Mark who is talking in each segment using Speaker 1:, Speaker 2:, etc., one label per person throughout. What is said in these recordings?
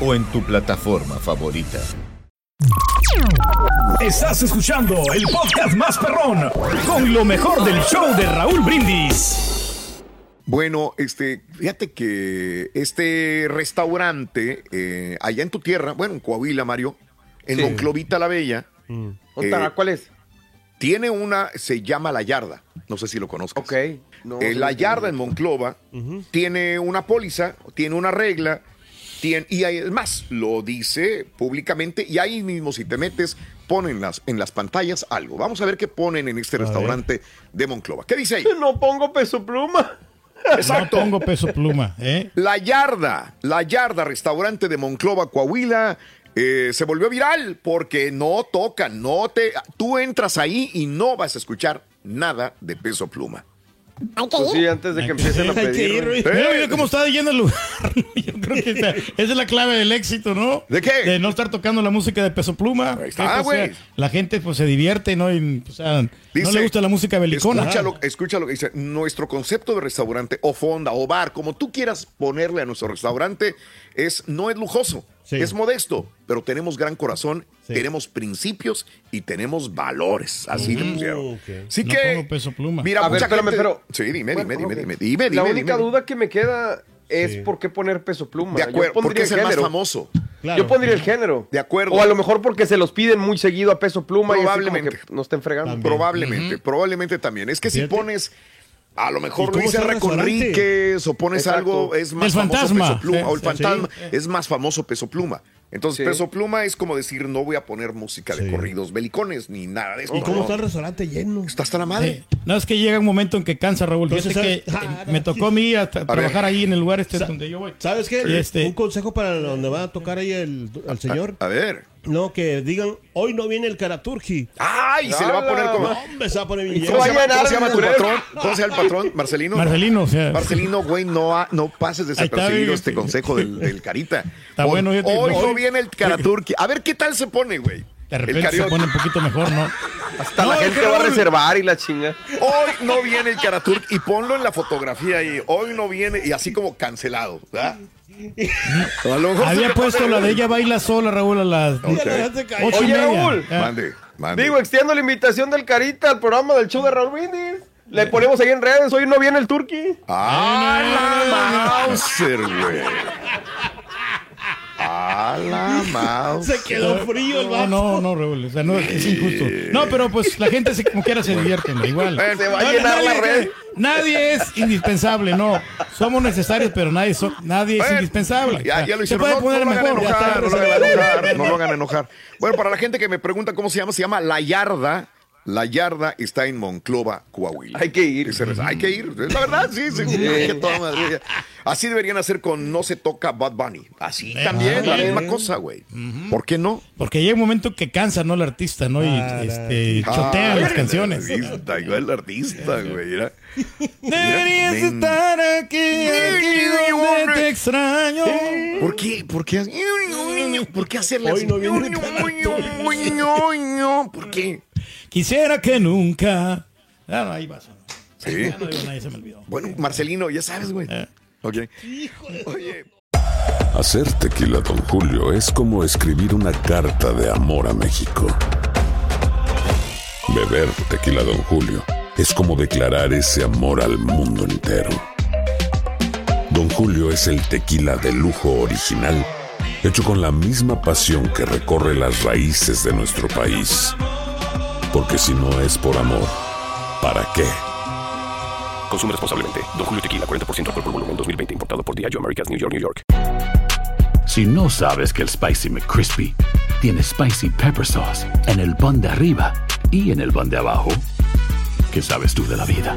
Speaker 1: o en tu plataforma favorita.
Speaker 2: Estás escuchando el podcast más perrón con lo mejor del show de Raúl Brindis.
Speaker 3: Bueno, este, fíjate que este restaurante eh, allá en tu tierra, bueno, en Coahuila, Mario, en Monclovita la Bella, eh,
Speaker 4: ¿Cuál es?
Speaker 3: tiene una, se llama La Yarda, no sé si lo conozcas.
Speaker 4: Ok. No,
Speaker 3: Eh, la Yarda en Monclova tiene una póliza, tiene una regla, tiene, y además lo dice públicamente y ahí mismo si te metes ponen las, en las pantallas algo. Vamos a ver qué ponen en este restaurante de Monclova. ¿Qué dice ahí?
Speaker 4: No pongo peso pluma.
Speaker 3: Exacto.
Speaker 5: No pongo peso pluma, ¿eh?
Speaker 3: La Yarda, La Yarda, restaurante de Monclova, Coahuila, eh, se volvió viral porque no tocan, no te, tú entras ahí y no vas a escuchar nada de peso pluma.
Speaker 4: Pues sí, antes de que empiecen a pedir. güey.
Speaker 5: Mira, mira cómo está yendo el lugar. Yo creo que esa, esa es la clave del éxito, ¿no?
Speaker 3: ¿De qué?
Speaker 5: De no estar tocando la música de peso pluma.
Speaker 3: Ahí está,
Speaker 5: Que, pues,
Speaker 3: güey.
Speaker 5: sea, la gente pues se divierte, ¿no? Y, o sea, no
Speaker 3: Dice,
Speaker 5: le gusta la música belicona.
Speaker 3: Escúchalo, escúchalo que dice. Nuestro concepto de restaurante o fonda o bar, como tú quieras ponerle a nuestro restaurante, es no es lujoso,
Speaker 5: Sí.
Speaker 3: es modesto, pero tenemos gran corazón,
Speaker 5: Sí.
Speaker 3: tenemos principios y tenemos valores. Así le pusieron. Así
Speaker 5: Mm, No
Speaker 3: que.
Speaker 5: pongo peso pluma.
Speaker 3: Mira,
Speaker 4: A ver,
Speaker 3: mucha
Speaker 4: espérame,
Speaker 3: gente-
Speaker 4: pero-
Speaker 3: Sí, dime,
Speaker 4: Bueno,
Speaker 3: dime, dime,
Speaker 4: ok.
Speaker 3: dime, dime,
Speaker 4: La
Speaker 3: dime,
Speaker 4: única
Speaker 3: dime.
Speaker 4: duda que me queda es por qué poner peso pluma.
Speaker 3: De
Speaker 4: Yo
Speaker 3: acuerdo,
Speaker 4: pondría
Speaker 3: porque es el más
Speaker 4: género.
Speaker 3: famoso.
Speaker 5: Claro.
Speaker 4: Yo pondría el género.
Speaker 3: De acuerdo.
Speaker 4: O a lo mejor porque se los piden muy seguido a peso pluma y así
Speaker 3: Probablemente.
Speaker 4: como que no estén fregando.
Speaker 5: También.
Speaker 3: Probablemente, probablemente también. Es que si
Speaker 5: Fíjate.
Speaker 3: pones a lo
Speaker 5: ¿Y
Speaker 3: mejor
Speaker 5: cómo
Speaker 3: Luis
Speaker 5: está el
Speaker 3: R. Conríquez o pones
Speaker 4: Exacto.
Speaker 3: algo, es más
Speaker 5: El
Speaker 3: famoso
Speaker 5: fantasma.
Speaker 3: peso pluma.
Speaker 5: Sí,
Speaker 3: o el
Speaker 5: sí,
Speaker 3: fantasma
Speaker 5: sí.
Speaker 3: es más famoso peso pluma. Entonces,
Speaker 4: Sí.
Speaker 3: peso pluma es como decir, no voy a poner música de corridos belicones ni nada de eso.
Speaker 6: ¿Y cómo
Speaker 3: No,
Speaker 6: está el restaurante lleno?
Speaker 3: Está hasta la
Speaker 5: Eh,
Speaker 3: madre.
Speaker 5: no, es que llega un momento en que cansa, Raúl. Fíjate
Speaker 6: Entonces,
Speaker 5: que
Speaker 6: ¿sabes? Ah,
Speaker 5: eh, me tocó a mí hasta trabajar ahí en el lugar este
Speaker 6: Sa-
Speaker 5: donde yo voy.
Speaker 6: ¿Sabes qué?
Speaker 5: Sí. Este-
Speaker 6: Un consejo para donde va a tocar ahí el, al señor.
Speaker 3: A ver.
Speaker 6: No, que digan, hoy no viene el Karaturgi.
Speaker 3: ¡Ay! Se le va a poner como.
Speaker 6: No, hombre, se va a poner bien
Speaker 3: ¿Cómo se
Speaker 6: lleno.
Speaker 3: llama,
Speaker 4: Vayan
Speaker 3: cómo
Speaker 4: a
Speaker 3: se llama tu
Speaker 4: arreglar.
Speaker 3: patrón? ¿Cómo se llama el patrón? ¿Marcelino?
Speaker 5: Marcelino, o sea.
Speaker 3: Marcelino, güey, no, ha- no pases
Speaker 5: Ahí
Speaker 3: desapercibido
Speaker 5: está,
Speaker 3: este
Speaker 5: güey.
Speaker 3: consejo del, del Carita.
Speaker 5: Está
Speaker 3: Hoy-
Speaker 5: bueno, yo te-
Speaker 3: hoy no
Speaker 5: hoy-
Speaker 3: viene el Caraturki. A ver qué tal se pone, güey.
Speaker 5: De
Speaker 3: El
Speaker 5: repente se
Speaker 3: karaoke.
Speaker 5: pone un poquito mejor, ¿no?
Speaker 4: Hasta la gente va a reservar y la chinga.
Speaker 3: Hoy no viene el Caraturk y ponlo en la fotografía ahí. Hoy no viene y así como cancelado, ¿verdad? A lo mejor se
Speaker 5: Había
Speaker 3: le
Speaker 5: puesto
Speaker 3: pone-
Speaker 5: la de ella baila sola, Raúl, a las
Speaker 3: Ok.
Speaker 5: ocho y
Speaker 4: Oye,
Speaker 5: media.
Speaker 4: Raúl.
Speaker 5: Ya.
Speaker 3: Mande, mande.
Speaker 4: Digo, extiendo la invitación del Carita al programa del show de Raúl Brindis. Le ponemos ahí en redes, hoy no viene el turqui.
Speaker 3: ¡A Ah, la Mauser, güey! ¡A la Mauser!
Speaker 6: Se quedó frío el
Speaker 5: No,
Speaker 6: vato.
Speaker 5: no, no, Raúl, o sea, no, es injusto. No, pero pues la gente se, como quiera se divierte, ¿no? igual.
Speaker 3: Bueno,
Speaker 4: Se va
Speaker 5: No,
Speaker 4: a llenar la
Speaker 5: nadie,
Speaker 4: red.
Speaker 5: nadie es indispensable, no. Somos necesarios, pero nadie, so- nadie es
Speaker 3: Bueno,
Speaker 5: indispensable.
Speaker 3: Ya, ya lo hicieron.
Speaker 5: Se puede
Speaker 3: No,
Speaker 5: poner
Speaker 3: no lo hagan
Speaker 5: mejor. ya
Speaker 3: enojar,
Speaker 5: está.
Speaker 3: no lo hagan enojar, no lo hagan enojar. Bueno, para la gente que me pregunta cómo se llama, se llama La Yarda. La Yarda está en Monclova, Coahuila.
Speaker 4: Hay que ir.
Speaker 3: Ese res- Hay que ir. Es La verdad, sí, sí. sí. Ay, que toda madre, ya. Así deberían hacer con No se toca Bad Bunny. Así
Speaker 5: Eh,
Speaker 3: también, la
Speaker 5: eh,
Speaker 3: misma
Speaker 5: eh.
Speaker 3: cosa, güey. ¿Por qué no?
Speaker 5: Porque llega un momento que cansa, ¿no? El artista, ¿no? Y este, chotean
Speaker 3: Ay,
Speaker 5: las canciones.
Speaker 3: El artista, igual el artista, güey. mira.
Speaker 5: Deberías
Speaker 3: men.
Speaker 5: estar aquí, aquí
Speaker 3: Sí,
Speaker 5: donde
Speaker 3: hombre.
Speaker 5: te extraño.
Speaker 3: ¿Por qué? ¿Por qué?
Speaker 7: ño, ño. ¿Por qué hacerle
Speaker 6: Hoy
Speaker 7: así?
Speaker 6: no viene
Speaker 7: Ño, ño,
Speaker 6: Caracol.
Speaker 7: ño, ño, ño. ¿Por qué?
Speaker 5: Quisiera que nunca. Ah, no, ahí vas.
Speaker 7: Sí.
Speaker 5: Ya no digo nadie, se me olvidó.
Speaker 7: Bueno, Marcelino, ya sabes, güey. Ok.
Speaker 8: Hacer tequila Don Julio es como escribir una carta de amor a México. Beber tequila Don Julio es como declarar ese amor al mundo entero. Don Julio es el tequila de lujo original, hecho con la misma pasión que recorre las raíces de nuestro país. Porque si no es por amor, ¿para qué?
Speaker 9: Consume responsablemente. Don Julio Tequila 40% alcohol por volumen 2020 importado por Diageo Americas New York New York.
Speaker 10: Si no sabes que el Spicy McCrispy tiene spicy pepper sauce en el pan de arriba y en el pan de abajo, ¿qué sabes tú de la vida?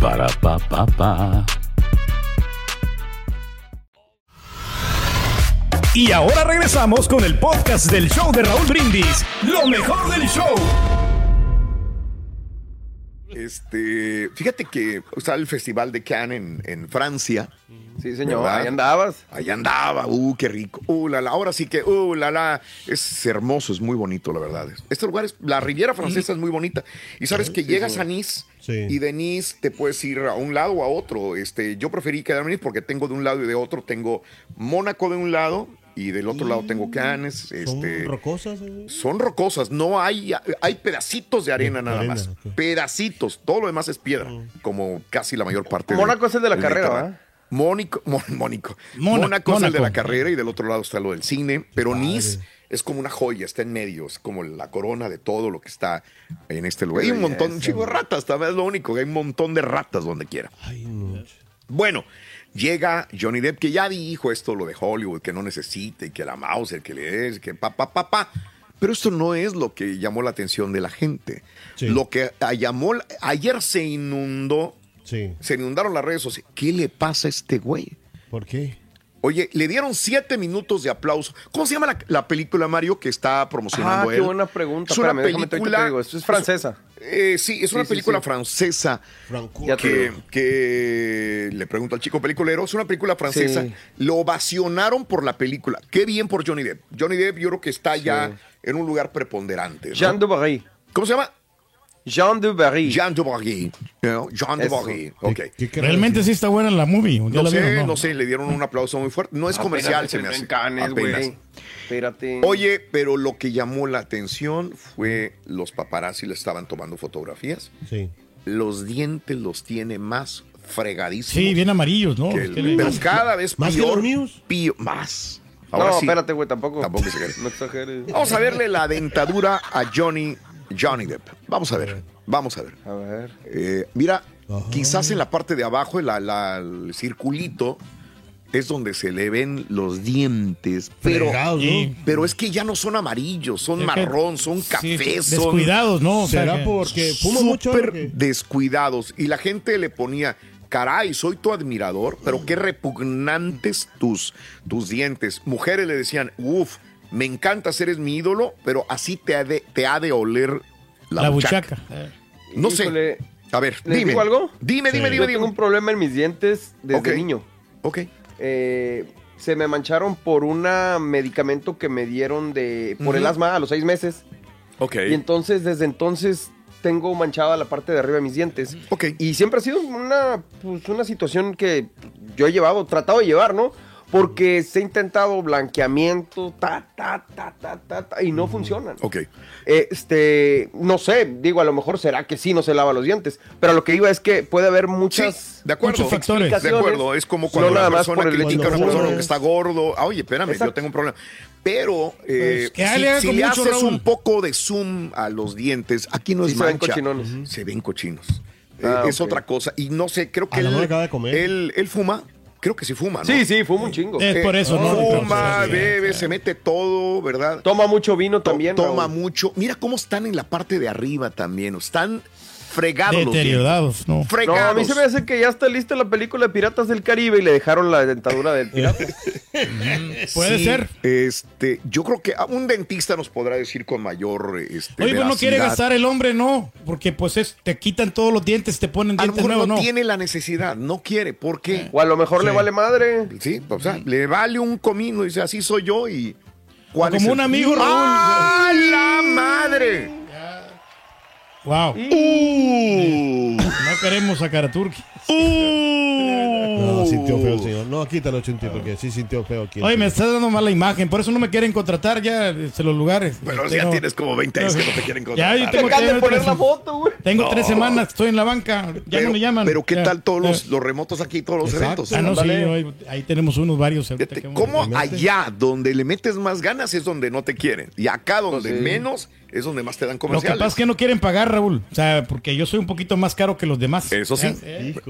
Speaker 10: Para pa pa pa.
Speaker 2: Y ahora regresamos con el podcast del show de Raúl Brindis. Lo mejor del show.
Speaker 7: Este, fíjate que está el Festival de Cannes en, en Francia.
Speaker 3: Sí, señor, ahí andabas.
Speaker 7: Ahí andaba, uh, qué rico. Uh, la, la, ahora sí que, uh, la, la. Es hermoso, es muy bonito, la verdad. Este lugar es, la Riviera Francesa es muy bonita. Y sabes que llegas a Nice
Speaker 6: Sí.
Speaker 7: y de Nice te puedes ir a un lado o a otro. Este, yo preferí quedarme en Nice porque tengo de un lado y de otro, tengo Mónaco de un lado y del otro lado tengo Cannes. Este,
Speaker 6: Rocosas.
Speaker 3: eh.
Speaker 7: son rocosas, no hay, hay pedacitos de arena nada
Speaker 6: arena,
Speaker 7: más. Pedacitos, todo lo demás es piedra, como casi la mayor parte. de-
Speaker 3: Mm. Mónaco es el de la
Speaker 7: del
Speaker 3: carrera,
Speaker 7: Mediterráneo.
Speaker 3: ¿verdad?
Speaker 7: Mónico, Mó- Mónico.
Speaker 3: Mónaco,
Speaker 7: Mónaco es el de
Speaker 3: Mónaco.
Speaker 7: la carrera y del otro lado está lo del cine, pero Nice es como una joya, está en medio, es como la corona de todo lo que está en este lugar. Hay
Speaker 3: Qué
Speaker 7: un montón, un
Speaker 3: belleza,
Speaker 7: chico de ratas, también es lo único, que hay un montón de ratas donde quiera. Bueno, llega Johnny Depp, que ya dijo esto, lo de Hollywood, que no necesite, que la Mauser, que le es, que pa, pa, pa, pa. Pero esto no es lo que llamó la atención de la gente. Lo que ah, llamó, la- ayer se inundó, se inundaron las redes sociales. ¿Qué le pasa a este güey?
Speaker 6: ¿Por qué?
Speaker 7: Oye, le dieron siete minutos de aplauso. ¿Cómo se llama la, la película, Mario, que está
Speaker 3: Ah,
Speaker 7: promocionando
Speaker 3: qué
Speaker 7: él?
Speaker 3: buena pregunta.
Speaker 7: Es una
Speaker 3: espérame, déjame, ahorita te
Speaker 7: película-
Speaker 3: digo, esto es francesa.
Speaker 7: Eh, sí, es una
Speaker 3: Sí, sí,
Speaker 7: película
Speaker 3: sí.
Speaker 7: francesa
Speaker 3: Ya te
Speaker 7: que,
Speaker 3: digo.
Speaker 7: que le pregunto al chico peliculero, es una película francesa.
Speaker 3: Sí.
Speaker 7: Lo ovacionaron por la película. Qué bien por Johnny Depp. Johnny Depp yo creo que está ya en un lugar preponderante. ¿no?
Speaker 3: Jean Dubarry.
Speaker 7: ¿Cómo se llama?
Speaker 3: Jean Dubarry.
Speaker 7: Jean Dubarry. ¿no? Jean
Speaker 3: Eso.
Speaker 7: Dubarry. Ok.
Speaker 5: Realmente sí está buena la movie. ¿Ya
Speaker 7: No
Speaker 5: la
Speaker 7: sé,
Speaker 5: vieron,
Speaker 7: no sé, le dieron un aplauso muy fuerte. No es
Speaker 3: Apenas
Speaker 7: comercial, se me
Speaker 3: estrenó
Speaker 7: hace.
Speaker 3: en Cannes, güey.
Speaker 7: Apenas.
Speaker 3: Espérate.
Speaker 7: Oye, pero lo que llamó la atención fue los paparazzi le estaban tomando fotografías.
Speaker 6: Sí.
Speaker 7: Los dientes los tiene más fregadísimos.
Speaker 5: Sí, bien amarillos, ¿no?
Speaker 7: que
Speaker 5: Es
Speaker 7: el-
Speaker 5: que le-
Speaker 7: pero cada vez
Speaker 5: más que
Speaker 7: peor.
Speaker 5: los míos.
Speaker 7: pío- más. Ahora
Speaker 3: no,
Speaker 7: sí.
Speaker 3: espérate, güey, tampoco.
Speaker 7: Tampoco se cree.
Speaker 3: No exageres.
Speaker 7: Vamos a verle la dentadura a Johnny, Johnny Depp. Vamos a ver, vamos a ver.
Speaker 3: A ver.
Speaker 7: Eh, mira, quizás en la parte de abajo, la- la- el circulito, es donde se le ven los dientes. Pero,
Speaker 5: Fregados, ¿no?
Speaker 7: pero es que ya no son amarillos, son
Speaker 5: Es que-
Speaker 7: marrón, son
Speaker 5: sí,
Speaker 7: café, son...
Speaker 5: descuidados, ¿no? O sea,
Speaker 7: Será
Speaker 5: que-
Speaker 7: porque fuma mucho. descuidados. Y la gente le ponía, caray, soy tu admirador, pero qué repugnantes tus, tus dientes. Mujeres le decían, uff, me encantas, eres mi ídolo, pero así te ha de, te ha de oler la,
Speaker 5: La
Speaker 7: buchaca.
Speaker 5: buchaca. eh,
Speaker 7: No
Speaker 3: Híjole,
Speaker 7: sé. A ver,
Speaker 3: ¿les
Speaker 7: dime.
Speaker 3: digo algo?
Speaker 7: Dime, dime, dime,
Speaker 3: Yo tengo
Speaker 7: dime.
Speaker 3: un problema en mis dientes desde
Speaker 7: Ok.
Speaker 3: niño.
Speaker 7: Ok.
Speaker 3: Eh, se me mancharon por un medicamento que me dieron de por el
Speaker 7: Ujú.
Speaker 3: asma a los seis meses.
Speaker 7: Ok.
Speaker 3: Y entonces, desde entonces, tengo manchada la parte de arriba de mis dientes.
Speaker 7: Ok.
Speaker 3: Y siempre ha sido una, pues, una situación que yo he llevado, tratado de llevar, ¿no? Porque se ha intentado blanqueamiento, ta, ta, ta, ta, ta, ta, y no funcionan.
Speaker 7: Ok.
Speaker 3: Este, no sé, digo, a lo mejor será que sí no se lava los dientes, pero lo que iba es que puede haber muchas.
Speaker 7: De acuerdo,
Speaker 3: muchas explicaciones,
Speaker 7: de acuerdo, es como cuando
Speaker 3: no
Speaker 7: una
Speaker 3: nada más
Speaker 7: persona
Speaker 3: por el
Speaker 7: critica a una
Speaker 3: cuando
Speaker 7: persona
Speaker 3: fumas.
Speaker 7: que está gordo. Ah, Oye, espérame, yo
Speaker 3: Exacto.
Speaker 7: tengo un problema. Pero eh,
Speaker 5: Pues, que le haga
Speaker 7: si, si
Speaker 5: con
Speaker 7: le
Speaker 5: mucho,
Speaker 7: haces
Speaker 5: Raúl.
Speaker 7: un poco de zoom a los dientes, aquí no es
Speaker 3: Sí se ven
Speaker 7: mancha.
Speaker 3: cochinones.
Speaker 7: Se ven cochinos.
Speaker 3: Ah,
Speaker 7: Eh, es
Speaker 3: ok.
Speaker 7: otra cosa. Y no sé, creo que
Speaker 6: A lo
Speaker 7: él,
Speaker 6: mejor acaba de comer.
Speaker 7: él, él fuma. Creo que sí fuma, ¿no?
Speaker 3: Sí, sí, fuma un chingo.
Speaker 6: Eh.
Speaker 5: Es por eso, ¿no?
Speaker 7: Fuma,
Speaker 5: Sí, sí,
Speaker 7: bebe, se mete todo, ¿verdad?
Speaker 3: Toma mucho vino también.
Speaker 7: Toma
Speaker 3: Raúl.
Speaker 7: mucho. Mira cómo están en la parte de arriba también. Están fregados los
Speaker 5: Deteriorados, no.
Speaker 7: Fregados.
Speaker 3: No, a mí se me hace que ya está lista la película de Piratas del Caribe y le dejaron la dentadura del pirata.
Speaker 5: Pues, Puede ser.
Speaker 7: Este, yo creo que a un dentista nos podrá decir con mayor este,
Speaker 5: Oye, pues no quiere
Speaker 7: veracidad.
Speaker 5: gastar el hombre, no. Porque pues es, te quitan todos los dientes, te ponen
Speaker 7: A lo
Speaker 5: dientes
Speaker 7: mejor no,
Speaker 5: nuevos, no. Eh.
Speaker 7: tiene la necesidad, no quiere, ¿por qué?
Speaker 3: O a lo mejor le
Speaker 7: Sí.
Speaker 3: vale madre.
Speaker 7: Sí, o sea, le vale un comino, dice, así soy yo y... ¿cuál
Speaker 5: O como
Speaker 7: es el-
Speaker 5: un amigo, Raúl.
Speaker 7: ¡Ah, la madre!
Speaker 5: Wow.
Speaker 7: Uh.
Speaker 5: No queremos sacar a Turki.
Speaker 6: No, sintió
Speaker 3: Uh.
Speaker 6: feo el señor. No, quítalo, Chunti, porque sí sintió feo aquí.
Speaker 5: Oye, me estás dando mala imagen, por eso no me quieren contratar ya este, los lugares.
Speaker 7: Pero
Speaker 5: Este,
Speaker 7: ya
Speaker 5: no.
Speaker 7: tienes como 20 años que no te quieren contratar.
Speaker 5: Ya, yo tengo,
Speaker 3: Acaban de
Speaker 5: tres-
Speaker 3: poner la foto, güey.
Speaker 5: tengo
Speaker 7: No.
Speaker 5: tres semanas, estoy en la banca, ya
Speaker 7: pero,
Speaker 5: no me llaman.
Speaker 7: pero ¿qué
Speaker 5: Ya.
Speaker 7: tal todos los,
Speaker 5: Ya.
Speaker 7: los remotos aquí, todos los eventos?
Speaker 5: Ah, no, sí,
Speaker 7: Ándale.
Speaker 5: ahí, ahí tenemos unos varios. ahorita
Speaker 7: Fíjate,
Speaker 5: que vamos a
Speaker 7: ¿Cómo
Speaker 5: cambiar.
Speaker 7: allá donde le metes más ganas es donde no te quieren? Y acá donde
Speaker 3: Pues sí.
Speaker 7: menos es donde más te dan
Speaker 5: Lo que
Speaker 7: comerciales.
Speaker 5: pasa es que no quieren pagar, Raúl. O sea, porque yo soy un poquito más caro que los demás.
Speaker 7: Eso sí,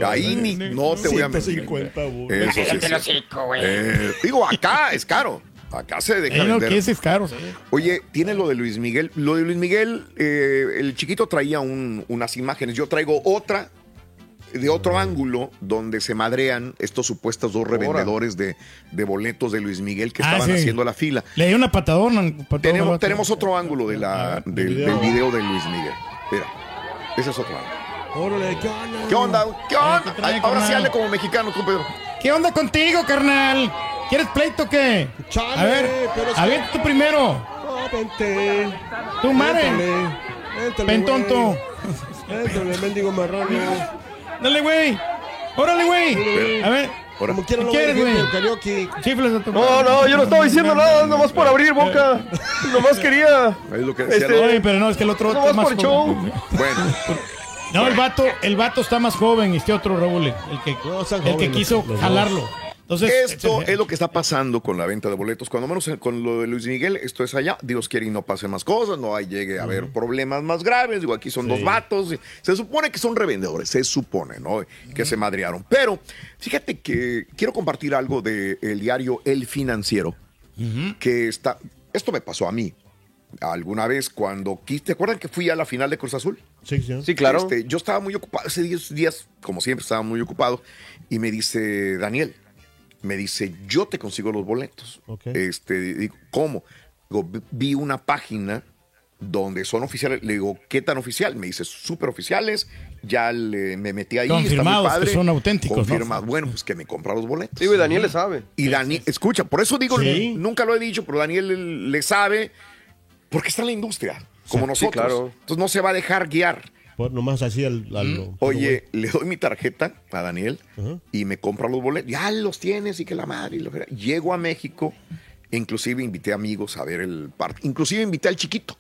Speaker 7: ahí ni, no te voy a mentir.
Speaker 6: 150 bolas.
Speaker 7: Eso sí. es cierto. Eh, digo, acá es caro. Acá se deja
Speaker 5: Ahí no
Speaker 7: vender.
Speaker 5: quieres es caro. sí.
Speaker 7: Oye, tiene lo de Luis Miguel. Lo de Luis Miguel, eh, el chiquito traía un- unas imágenes. Yo traigo otra de otro ángulo donde se madrean estos supuestos dos revendedores de, de boletos de Luis Miguel que
Speaker 5: Ah,
Speaker 7: estaban
Speaker 5: sí.
Speaker 7: haciendo la fila.
Speaker 5: Le di una patadona. un patadón al
Speaker 7: Tenemos,
Speaker 5: vato.
Speaker 7: tenemos otro ángulo de la, del,
Speaker 6: video.
Speaker 7: del video de Luis Miguel. Mira, ese es otro ángulo.
Speaker 6: Órale, ¿qué onda?
Speaker 7: ¿Qué
Speaker 3: Mm.
Speaker 7: onda? ¿Qué
Speaker 5: ¿qué
Speaker 7: onda?
Speaker 5: trae,
Speaker 7: Ay, Ahora sí
Speaker 5: carnal?
Speaker 7: hable como mexicano, tú, Pedro.
Speaker 5: ¿Qué onda contigo, carnal? ¿Quieres pleito o qué?
Speaker 6: Chale,
Speaker 5: a ver,
Speaker 6: pero es-
Speaker 5: avienta tú primero.
Speaker 6: No, vente.
Speaker 5: Tú, madre.
Speaker 6: Véntale, véntale,
Speaker 5: Ven,
Speaker 6: güey.
Speaker 5: tonto.
Speaker 6: Véntale, mendigo marrón.
Speaker 5: Dale, güey. Órale, güey. A ver.
Speaker 6: Como
Speaker 5: ¿Qué
Speaker 6: quiera lo voy a
Speaker 5: quieres,
Speaker 6: decir,
Speaker 5: güey?
Speaker 6: el karaoke.
Speaker 5: Chiflas a tu
Speaker 3: No, no, yo no estaba diciendo nada, nomás por abrir boca. Nomás quería.
Speaker 7: Es lo que decía.
Speaker 3: Este-
Speaker 7: ¿no?
Speaker 5: Oye, pero no, es que el otro.
Speaker 3: Nomás
Speaker 5: otro más
Speaker 3: por
Speaker 5: joven.
Speaker 7: Bueno,
Speaker 5: No, el vato, el vato está más joven, este otro Raúl, el que,
Speaker 6: No, están
Speaker 5: el que
Speaker 6: jóvenes,
Speaker 5: quiso
Speaker 6: los dos.
Speaker 5: jalarlo. Entonces, eh,
Speaker 7: esto es lo que está pasando con la venta de boletos. Cuando menos con lo de Luis Miguel, esto es allá. Dios quiere y no pasen más cosas, no hay, llegue a haber problemas más graves. Digo, aquí son dos vatos. Se supone que son revendedores, se supone, ¿no? Que se madrearon. Pero fíjate que quiero compartir algo del diario El Financiero, que está. Esto me pasó a mí. Alguna vez cuando quis- ¿te acuerdan que fui a la final de Cruz Azul?
Speaker 6: Sí, sí.
Speaker 3: Sí, claro.
Speaker 7: Este, yo estaba muy ocupado, hace 10 días, como siempre, estaba muy ocupado. Y me dice, Daniel, me dice, yo te consigo los boletos.
Speaker 6: Ok.
Speaker 7: Este, digo, ¿cómo? Digo, "Vi- vi una página donde son oficiales. Le digo, ¿qué tan oficial? Me dice, súper oficiales. Ya le- me metí ahí. está muy
Speaker 5: Confirmados, que
Speaker 7: padre.
Speaker 5: son auténticos, ¿no?
Speaker 7: Confirmados. Bueno, pues que me compra los boletos.
Speaker 3: Sí, güey, Daniel le sabe.
Speaker 7: Y Daniel, escucha, por eso digo,
Speaker 5: Sí.
Speaker 7: nunca lo he dicho, pero Daniel le sabe, porque está en la industria, como
Speaker 3: sí,
Speaker 7: nosotros.
Speaker 3: claro.
Speaker 7: Entonces no se va a dejar guiar.
Speaker 6: Por- Pues, nomás así al. al-
Speaker 5: ¿Mm?
Speaker 6: lo-
Speaker 7: Oye, le doy mi tarjeta a Daniel y me compra los boletos. Ya los tienes y que la madre. y la fregada. Llego a México, inclusive invité amigos a ver el partido. Inclusive invité al chiquito.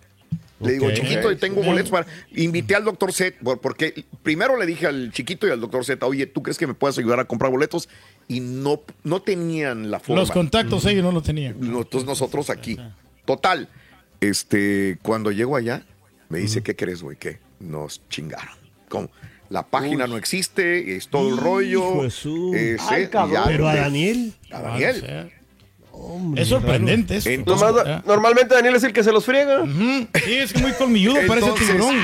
Speaker 7: Le digo,
Speaker 6: Ok.
Speaker 7: chiquito, tengo boletos para... Invité al doctor Z, por- porque primero le dije al chiquito y al doctor Z, oye, ¿tú crees que me puedes ayudar a comprar boletos? Y no, no tenían la forma.
Speaker 5: los contactos ellos no lo tenían.
Speaker 7: Nosotros, nosotros aquí. Total. Este, cuando llego allá, me dice, ¿qué crees, güey? ¿Qué? Nos chingaron. ¿Cómo? La página no existe, es todo el
Speaker 6: Hijo
Speaker 7: rollo.
Speaker 6: de su-
Speaker 7: es,
Speaker 3: Ay,
Speaker 7: eh,
Speaker 3: cabrón.
Speaker 7: ya-
Speaker 6: Pero a Daniel.
Speaker 7: A Daniel.
Speaker 5: Ah, o sea,
Speaker 6: Hombre,
Speaker 5: es sorprendente eso.
Speaker 7: Entonces-
Speaker 3: Nomás- normalmente Daniel es el que se los friega.
Speaker 5: Ujú, Sí, es que muy colmilludo, parece
Speaker 7: Entonces,
Speaker 5: tiburón.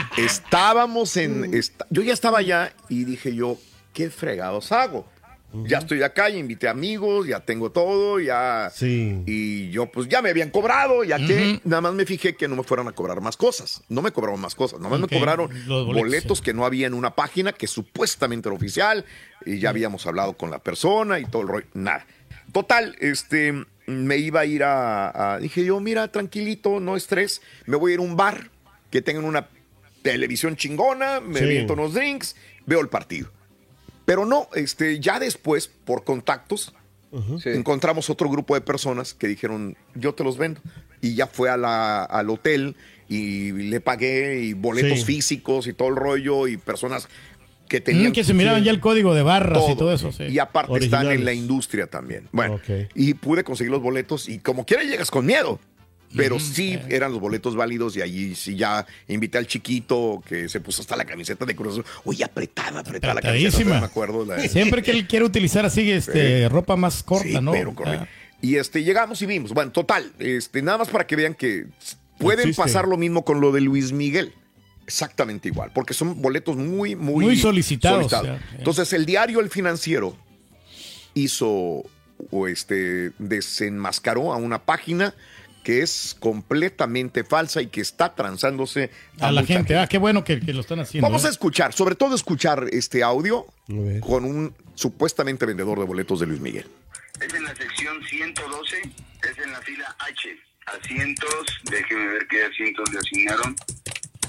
Speaker 7: Estábamos
Speaker 6: Mm.
Speaker 7: en. esta- yo ya estaba allá y dije yo, ¿qué fregados hago? Ya estoy acá, ya invité amigos, ya tengo todo, ya.
Speaker 5: Mm.
Speaker 6: Sí.
Speaker 7: Y yo, pues ya me habían cobrado, ya que nada más me fijé que no me fueran a cobrar más cosas. No me cobraron más cosas, nada más
Speaker 5: Ok,
Speaker 7: me cobraron
Speaker 5: los
Speaker 7: boletos,
Speaker 5: boletos, sí.
Speaker 7: que no había en una página que supuestamente era oficial y
Speaker 5: Mm.
Speaker 7: ya habíamos hablado con la persona y todo el rollo. Nada. Total, este. Me iba a ir a, a- Dije yo, mira, tranquilito, no estrés. Me voy a ir a un bar que tengan una televisión chingona, me
Speaker 6: Sí.
Speaker 7: aviento unos drinks, veo el partido. Pero no, este, ya después, por contactos,
Speaker 3: Sí.
Speaker 7: encontramos otro grupo de personas que dijeron, yo te los vendo. Y ya fue a la- al hotel y le pagué y boletos
Speaker 6: Sí.
Speaker 7: físicos y todo el rollo y personas que
Speaker 5: Mm,
Speaker 7: tenían...
Speaker 5: que se miraban ya el código de barras
Speaker 7: todo.
Speaker 5: y todo eso. sí.
Speaker 7: Y aparte están en la
Speaker 6: Originales.
Speaker 7: industria también. Bueno,
Speaker 6: Ok.
Speaker 7: y pude conseguir los boletos y como quiera llegas con miedo. Pero sí
Speaker 5: eh.
Speaker 7: eran los boletos válidos y allí sí ya invité al chiquito que se puso hasta la camiseta de Cruz Azul. Uy, apretada, apretada la camiseta.
Speaker 5: Apretadísima.
Speaker 7: Me acuerdo. La,
Speaker 5: Siempre que él quiere utilizar así este, ropa más corta,
Speaker 7: Sí,
Speaker 5: ¿no? Ah,
Speaker 7: pero correcto. Y este, llegamos y vimos. Bueno, total, este, nada más para que vean que pueden
Speaker 6: Existe.
Speaker 7: pasar lo mismo con lo de Luis Miguel. exactamente igual, porque son boletos muy, muy,
Speaker 5: Muy solicitados, o sea, eh.
Speaker 7: Entonces, el diario El Financiero hizo o este desenmascaró a una página que es completamente falsa y que está transándose
Speaker 5: A la
Speaker 7: mucha
Speaker 5: gente. Ah, qué bueno que, que lo están haciendo.
Speaker 7: Vamos
Speaker 5: ¿eh?
Speaker 7: a escuchar, sobre todo escuchar este audio con un supuestamente vendedor de boletos de Luis Miguel.
Speaker 3: Es en la sección 112, es en la fila H. Asientos, déjeme ver qué asientos le asignaron.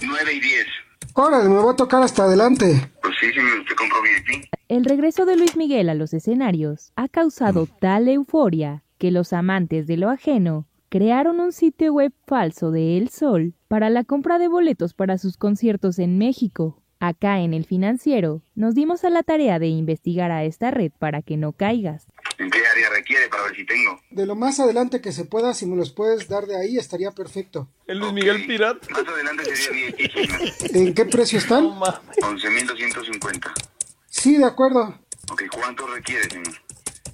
Speaker 3: 9 y 10.
Speaker 11: Órale, me va a tocar hasta adelante.
Speaker 3: Pues sí, señor, usted compró VIP.
Speaker 12: El regreso de Luis Miguel a los escenarios ha causado tal euforia que los amantes de lo ajeno crearon un sitio web falso de El Sol para la compra de boletos para sus conciertos en México. Acá en El Financiero nos dimos a la tarea de investigar a esta red para que no caigas.
Speaker 3: ¿En qué área requiere para ver si tengo?
Speaker 11: De lo más adelante que se pueda, si me los puedes dar de ahí, estaría perfecto.
Speaker 3: El Luis Miguel Pirata. Más adelante sería VIP, señor.
Speaker 11: ¿En qué precio están?
Speaker 3: 11.250.
Speaker 11: Sí, de acuerdo.
Speaker 3: Ok, ¿cuánto requiere, señor?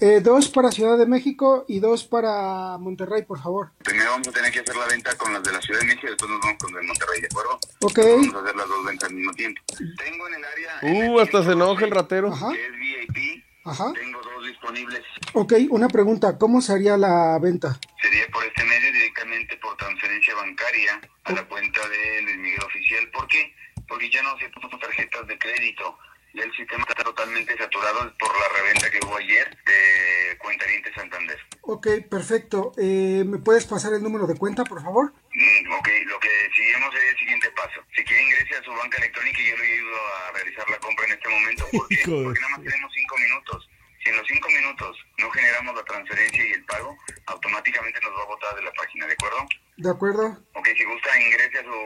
Speaker 11: Eh, dos para Ciudad de México y dos para Monterrey, por favor.
Speaker 3: Primero vamos a tener que hacer la venta con las de la Ciudad de México y después nos vamos con las de Monterrey, ¿de acuerdo?
Speaker 11: Ok.
Speaker 3: Vamos a hacer las dos ventas al mismo tiempo. Tengo en el área...
Speaker 13: Uh, hasta se enoja el ratero.
Speaker 3: que es VIP.
Speaker 11: Ajá.
Speaker 3: Tengo dos disponibles.
Speaker 11: Ok, una pregunta, ¿cómo sería la venta?
Speaker 3: Sería por este medio directamente por transferencia bancaria a la cuenta de Luis Miguel Oficial. ¿Por qué? Porque ya no se puso tarjetas de crédito. Ya el sistema está totalmente saturado por la reventa que hubo ayer de Cuentaviente Santander.
Speaker 11: Ok, perfecto. Eh, ¿Me puedes pasar el número de cuenta, por favor?
Speaker 3: Mm, ok, lo que decidimos sería el siguiente paso. Si quiere ingrese a su banca electrónica y yo le ayudo a realizar la compra en este momento. ¿Por qué?
Speaker 14: Hijo de
Speaker 3: Porque nada más tenemos cinco minutos. Si en los cinco minutos no generamos la transferencia y el pago, automáticamente nos va a botar de la página, ¿de acuerdo?
Speaker 11: De acuerdo.
Speaker 3: Ok, si gusta, ingrese a su,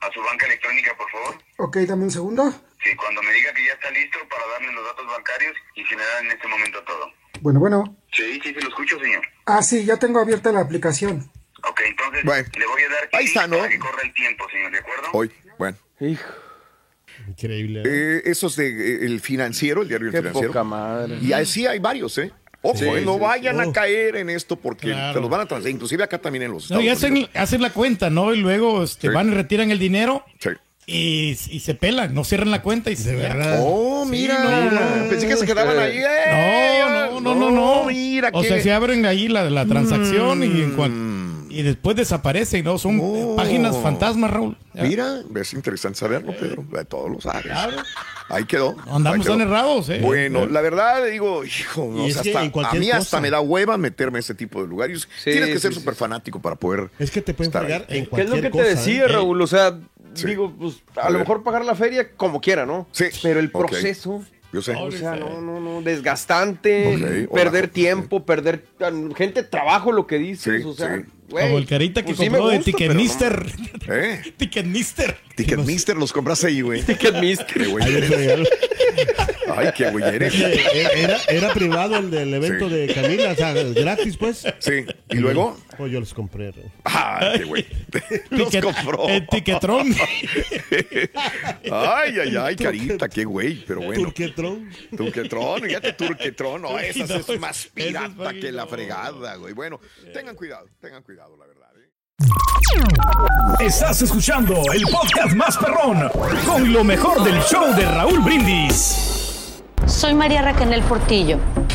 Speaker 3: a su banca electrónica, por favor.
Speaker 11: Ok, dame un segundo.
Speaker 3: Sí, cuando me diga que ya está listo para darle los datos bancarios y generar en este momento todo.
Speaker 11: Bueno, bueno.
Speaker 3: Sí, sí, se lo escucho, señor.
Speaker 11: Ah, sí, ya tengo abierta la aplicación.
Speaker 3: Ok, entonces
Speaker 7: Bueno.
Speaker 3: le voy a dar
Speaker 7: Ahí está, ¿no?
Speaker 3: para que corra el tiempo, señor, ¿de acuerdo?
Speaker 7: Hoy, bueno.
Speaker 5: Increíble.
Speaker 7: Eh, esos de eh, El Financiero, el diario El
Speaker 13: Qué
Speaker 7: Financiero.
Speaker 13: poca madre.
Speaker 7: Y así hay varios, ¿eh? Ojo,
Speaker 5: Sí,
Speaker 7: eh, no
Speaker 5: sí,
Speaker 7: vayan
Speaker 5: sí.
Speaker 7: a caer en esto porque
Speaker 5: Claro.
Speaker 7: se los van a transar. Inclusive acá también en los
Speaker 5: No,
Speaker 7: Estados
Speaker 5: y
Speaker 7: Unidos.
Speaker 5: hacen, hacen la cuenta, ¿no? Y luego este,
Speaker 7: Sí.
Speaker 5: van y retiran el dinero
Speaker 7: Sí.
Speaker 5: y, y se pelan, no cierran la cuenta y se verdad.
Speaker 7: Oh, mira, pensé que se quedaban ahí. Eh,
Speaker 5: No, no, no, no, no.
Speaker 7: mira
Speaker 5: o
Speaker 7: qué-
Speaker 5: sea, se abren ahí la, la transacción y, en
Speaker 7: Mm.
Speaker 5: cuan- y después desaparecen, ¿no? Son eh, páginas fantasmas, Raúl. Ya.
Speaker 7: Oh. Mira, es interesante saberlo, Pedro. De todos los áreas. Ahí quedó.
Speaker 5: Andamos
Speaker 7: Ahí quedó.
Speaker 5: tan errados, ¿eh?
Speaker 7: Bueno, la verdad, digo, hijo, no,
Speaker 15: Y
Speaker 7: o
Speaker 15: es
Speaker 7: sea,
Speaker 15: que
Speaker 7: hasta-
Speaker 15: en
Speaker 7: a
Speaker 15: cualquier
Speaker 7: mí hasta
Speaker 15: cosa.
Speaker 7: me da hueva meterme a ese tipo de lugares.
Speaker 13: Sí,
Speaker 7: Tienes que
Speaker 13: sí,
Speaker 7: ser
Speaker 13: sí,
Speaker 7: súper fanático para poder.
Speaker 15: Es que te pueden
Speaker 7: Estar
Speaker 15: fregar en
Speaker 13: ¿Qué es lo
Speaker 15: cualquier
Speaker 13: que
Speaker 15: cosa.
Speaker 13: te decía,
Speaker 15: ¿eh?
Speaker 13: Raúl? O sea, digo, pues a,
Speaker 7: A
Speaker 13: lo
Speaker 7: ver.
Speaker 13: mejor pagar la feria como quiera, ¿no?
Speaker 7: Sí.
Speaker 13: Pero el
Speaker 7: Ok.
Speaker 13: proceso.
Speaker 7: Yo sé.
Speaker 13: O sea, no, no, no, desgastante,
Speaker 7: Ok, hola.
Speaker 13: perder tiempo, perder ah, gente, trabajo, lo que dices,
Speaker 7: Sí,
Speaker 13: o sea,
Speaker 7: sí.
Speaker 13: güey,
Speaker 5: Como el carita que
Speaker 13: pues sí me
Speaker 5: compró de
Speaker 13: gusta,
Speaker 5: Ticketmister.
Speaker 7: ¿Eh?
Speaker 5: Ticketmister.
Speaker 7: Ticketmister los compras ahí, güey.
Speaker 13: pero no. Ticketmister.
Speaker 7: Qué güey eres. Ay, qué güey eres.
Speaker 15: Oye, eh, Era, era privado el del evento de Camila, o sea, gratis, pues.
Speaker 7: Sí. ¿Y luego?
Speaker 15: Pues yo los compré. Raúl.
Speaker 7: Ay, qué güey. Los
Speaker 5: Ticket-
Speaker 7: compró.
Speaker 5: El tiquetrón.
Speaker 7: Ay, ay, ay, carita, qué güey, pero bueno.
Speaker 15: Turquetrón.
Speaker 7: Turquetrón, fíjate, Turquetrón, no, esa sí es
Speaker 15: Esa
Speaker 7: más
Speaker 15: es
Speaker 7: pirata que la
Speaker 15: buenísimo.
Speaker 7: fregada, güey. Bueno, tengan cuidado, tengan cuidado, la verdad. ¿eh?
Speaker 16: Estás escuchando el podcast más perrón con lo mejor del show de Raúl Brindis.
Speaker 17: Soy María Raquel Portillo.